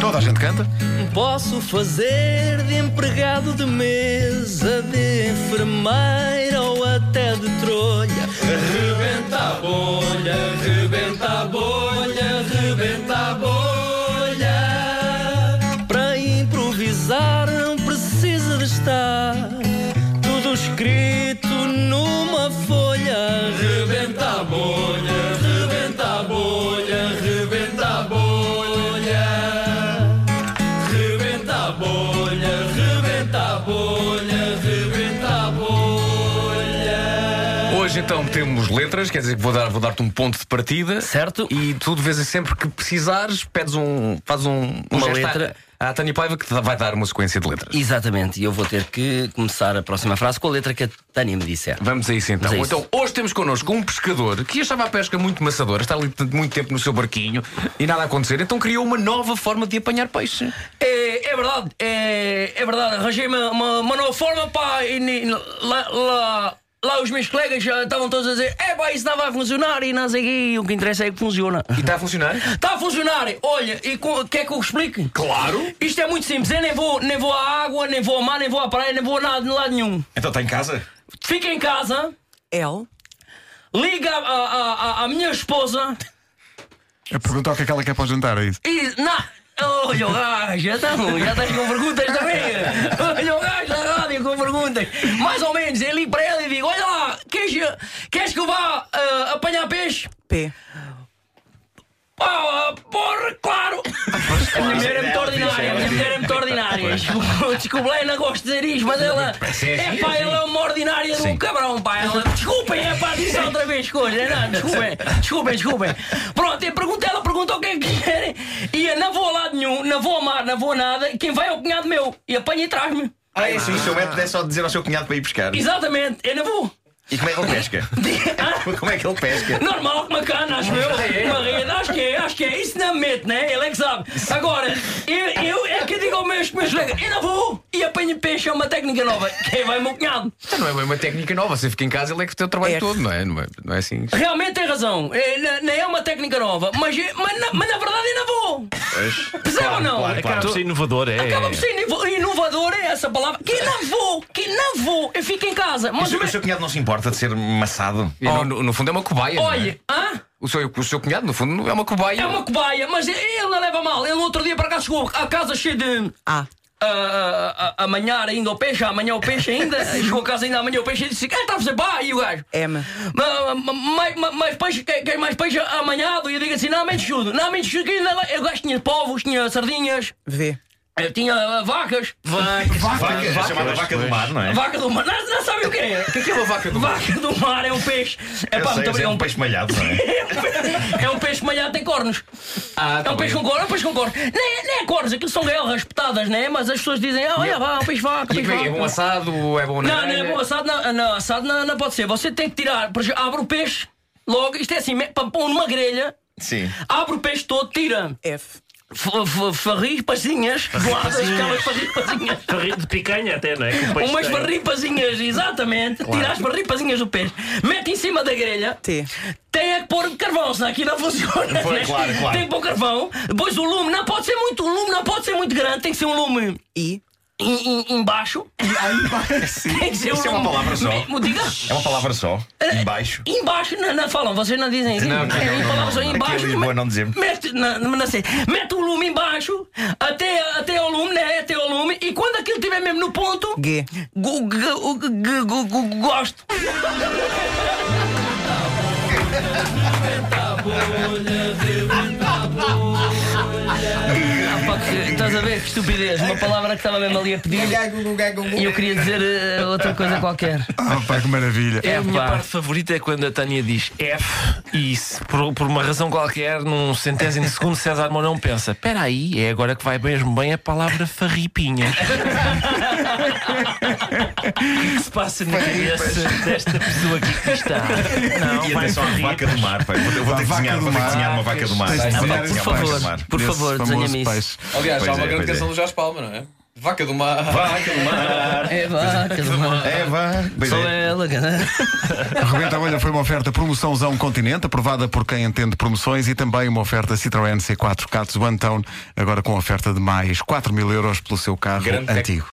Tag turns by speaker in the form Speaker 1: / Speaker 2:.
Speaker 1: Toda a gente canta.
Speaker 2: Posso fazer de empregado de mesa, de enfermeira ou até de trolha. Rebenta a bolha, rebenta a bolha, rebenta a bolha. Para improvisar não precisa de estar tudo escrito numa folha. Rebenta a bolha, rebenta a bolha, rebenta a bolha. Rebenta a bolha, rebenta a bolha, rebenta a bolha.
Speaker 1: Hoje então temos letras, quer dizer que vou dar- vou dar-te um ponto de partida.
Speaker 2: Certo?
Speaker 1: E tu, de vez em sempre que precisares, pedes um. fazes um, um
Speaker 2: Uma
Speaker 1: gesto
Speaker 2: letra.
Speaker 1: À, à Tânia Paiva que te vai dar uma sequência de letras.
Speaker 2: Exatamente, e eu vou ter que começar a próxima frase com a letra que a Tânia me disser.
Speaker 1: Vamos a isso então.
Speaker 2: Vamos a isso.
Speaker 1: Então, hoje temos connosco um pescador que achava a pesca muito maçadora, está ali t- muito tempo no seu barquinho e nada a acontecer, então criou uma nova forma de apanhar peixe.
Speaker 2: É, é verdade, é, é verdade. Arranjei uma, uma, uma nova forma, pá. E, ni- lá, lá, lá os meus colegas já estavam todos a dizer: é, pá, isso não vai funcionar. E não sei o quê. O que interessa é que funciona.
Speaker 1: E está a funcionar?
Speaker 2: Está a funcionar. Olha, e co- quer que eu explique?
Speaker 1: Claro!
Speaker 2: Isto é muito simples. Eu nem vou, nem vou à água, nem vou ao mar, nem vou à praia, nem vou a nada, de lado nenhum.
Speaker 3: Então está em casa?
Speaker 2: Fica em casa,
Speaker 4: L.
Speaker 2: liga à- à- à- à minha esposa.
Speaker 5: A pergunta o que é que ela quer para o jantar, é isso?
Speaker 2: E, na... Olha o gajo, já estamos, já estás com perguntas também. Olha o gajo da rádio com perguntas. Mais ou menos, eu li para ele e digo: Olha lá, queres, queres que eu vá ah, apanhar peixe?
Speaker 4: P.
Speaker 2: Ah, porra, claro! A minha mulher é muito ordinária, a minha mulher é muito ordinária. Desculpa, desculpa, lá, eu não gosto de dizer isto, mas ela. É pá, ela é uma ordinária de um cabrão, pá. Ela, desculpem, é pá, disse outra vez coisa. Não, desculpem, desculpem, desculpem. Pronto, eu pergunto, ela pergunta o que é que querem. E eu não vou a lado nenhum, não vou a mar, não vou a nada. E Quem vai é o cunhado meu. E apanha e traz-me.
Speaker 3: Ah, é assim, o seu método é só dizer ao seu cunhado para ir pescar.
Speaker 2: Exatamente, eu não vou.
Speaker 3: E como é que ele pesca?
Speaker 2: Ah,
Speaker 3: Como é que ele pesca?
Speaker 2: Normal que uma cana, acho eu. Uma rede, acho que é, acho que é. Isso não me mete, né? Ele é que sabe. Agora, eu, eu é que digo aos meus, meus colegas, eu não vou e apanho peixe, é uma técnica nova. Quem vai, meu cunhado?
Speaker 1: Então não é bem uma técnica nova, você fica em casa, ele é que tem o trabalho
Speaker 4: É.
Speaker 1: todo, não é? Não é, não é assim.
Speaker 2: Realmente tem razão. É, na- Nem é uma técnica nova, mas, é- mas, na, mas na verdade eu não vou. Percebe ou não?
Speaker 6: Acaba por ser inovador, é.
Speaker 2: Acaba por ser inivo- inovador, é essa palavra. Que não vou, que não vou. Eu fico em casa.
Speaker 3: O
Speaker 2: Mas o
Speaker 3: seu, o
Speaker 2: meu-
Speaker 3: seu cunhado não se importa de ser maçado?
Speaker 1: E no- no, no fundo é uma cobaia. não é?
Speaker 2: Oh. Olha, hã?
Speaker 1: O, seu, o seu cunhado, no fundo, é uma cobaia.
Speaker 2: É uma cobaia, mas ele não leva mal. Ele no outro dia para cá chegou a casa cheia de.
Speaker 4: A.
Speaker 2: a- a- a- amanhã ainda o peixe, amanhã o peixe ainda, chegou a casa ainda amanhã o peixe e disse: Ah, está a fazer pá? E o gajo,
Speaker 4: M.
Speaker 2: "Ma- ma- mais, ma- mais peixe, quer, quer mais peixe amanhado? E eu digo assim: Não, menos chudo, não, menos chudo, que ainda vai." o gajo tinha povos, tinha sardinhas,
Speaker 4: V.
Speaker 2: eh, tinha ah, vacas,
Speaker 3: Vaca, é chamada vaca do mar, não é?
Speaker 2: vaca do mar, não, não sabem o que é.
Speaker 1: O que é que é uma vaca do mar?
Speaker 2: Vaca do mar é um peixe, é
Speaker 3: Eu
Speaker 2: pá,
Speaker 3: sei,
Speaker 2: muito
Speaker 3: mas é
Speaker 2: obrigado.
Speaker 3: um peixe malhado, não é?
Speaker 2: É um peixe malhado, tem cornos.
Speaker 1: Ah,
Speaker 2: É
Speaker 1: tá
Speaker 2: um peixe
Speaker 1: bem.
Speaker 2: com cor, é um peixe com cor. Nem, nem é cores, aquilo são guerras petadas, né? Mas as pessoas dizem, ah, olha, vá, um peixe vaca,
Speaker 1: E
Speaker 2: peixe
Speaker 1: que é bom
Speaker 2: vaca.
Speaker 1: assado, é bom
Speaker 2: Não, não é bom assado, não, não, assado não, não pode ser. Você tem que tirar, por exemplo, abre o peixe, logo, isto é assim, me- para pôr numa grelha,
Speaker 3: Sim.
Speaker 2: abre o peixe todo, tira
Speaker 4: F.
Speaker 2: f- f- farripazinhas, guardas aquelas farripazinhas.
Speaker 6: Farri- De picanha até, não é? Que o peixe
Speaker 2: Umas
Speaker 6: tem.
Speaker 2: farripazinhas, exatamente, tira as farripazinhas do peixe, mete em cima da grelha,
Speaker 4: T.
Speaker 2: tem é que pôr carvão, senão aqui não funciona.
Speaker 3: Foi,
Speaker 2: né?
Speaker 3: claro, claro.
Speaker 2: Tem que pôr carvão. Depois o lume não pode ser muito, o lume não pode ser muito grande, tem que ser um lume
Speaker 4: I.
Speaker 2: em- em- embaixo. Tem que ser um
Speaker 3: Isso é uma
Speaker 2: lume.
Speaker 3: palavra só.
Speaker 2: mesmo, diga.
Speaker 3: É uma palavra só? Embaixo?
Speaker 2: Embaixo, não, não falam, vocês não dizem isso.
Speaker 1: Não, não,
Speaker 2: É,
Speaker 1: não,
Speaker 2: em
Speaker 1: não,
Speaker 2: palavras
Speaker 3: não.
Speaker 2: só embaixo.
Speaker 3: Aqui em Lisboa não dizemos.
Speaker 2: Mete, não, não, não sei. assim, Mete o lume embaixo, até, até ao lume, né? Até ao lume, e quando aquilo estiver mesmo no ponto.
Speaker 4: G.
Speaker 2: gu- gu- gu- gu- gu- gu- Gosto. Ah, pá, que- Estás a ver que estupidez, uma palavra que estava mesmo ali a pedir e eu queria dizer eh, outra coisa qualquer.
Speaker 5: Ah, pá, que maravilha.
Speaker 6: É, a minha
Speaker 2: Epá.
Speaker 6: parte favorita é quando a Tânia diz F e se por, por uma razão qualquer, num centésimo de segundo, César Mourão pensa: espera aí, é agora que vai mesmo bem a palavra farripinha. O que se passa na cabeça desta pessoa que aqui está? Não,
Speaker 3: E
Speaker 6: vai
Speaker 3: atenção à
Speaker 6: farripinha.
Speaker 3: vaca do mar, pá. Eu vou- Eu vou ter que
Speaker 5: Vaca
Speaker 3: desenhar,
Speaker 5: do
Speaker 3: vou ter que
Speaker 5: mar.
Speaker 3: desenhar uma vaca do mar.
Speaker 5: Tens de
Speaker 3: Vou ter que
Speaker 5: desenhar
Speaker 3: desenhar
Speaker 5: essa
Speaker 3: uma vaca do
Speaker 5: peixe.
Speaker 3: mar.
Speaker 2: Por
Speaker 5: Esse
Speaker 2: favor,
Speaker 5: famoso
Speaker 2: desenha-me isso.
Speaker 5: peixe.
Speaker 1: Aliás,
Speaker 3: Pois
Speaker 1: há uma
Speaker 3: é,
Speaker 1: grande
Speaker 3: pois
Speaker 1: canção
Speaker 3: é.
Speaker 1: do Jorge Palma, não é?
Speaker 4: Vaca do mar.
Speaker 3: Vaca do mar.
Speaker 2: É vaca do mar.
Speaker 3: É, vaca. Pois
Speaker 2: Só
Speaker 3: é.
Speaker 2: ela, cara.
Speaker 5: Rebenta a Bolha foi uma oferta promoçãozão continente, aprovada por quem entende promoções e também uma oferta Citroën C4 Catos One Town, agora com oferta de mais 4 mil euros pelo seu carro
Speaker 4: Grande tec-
Speaker 5: antigo.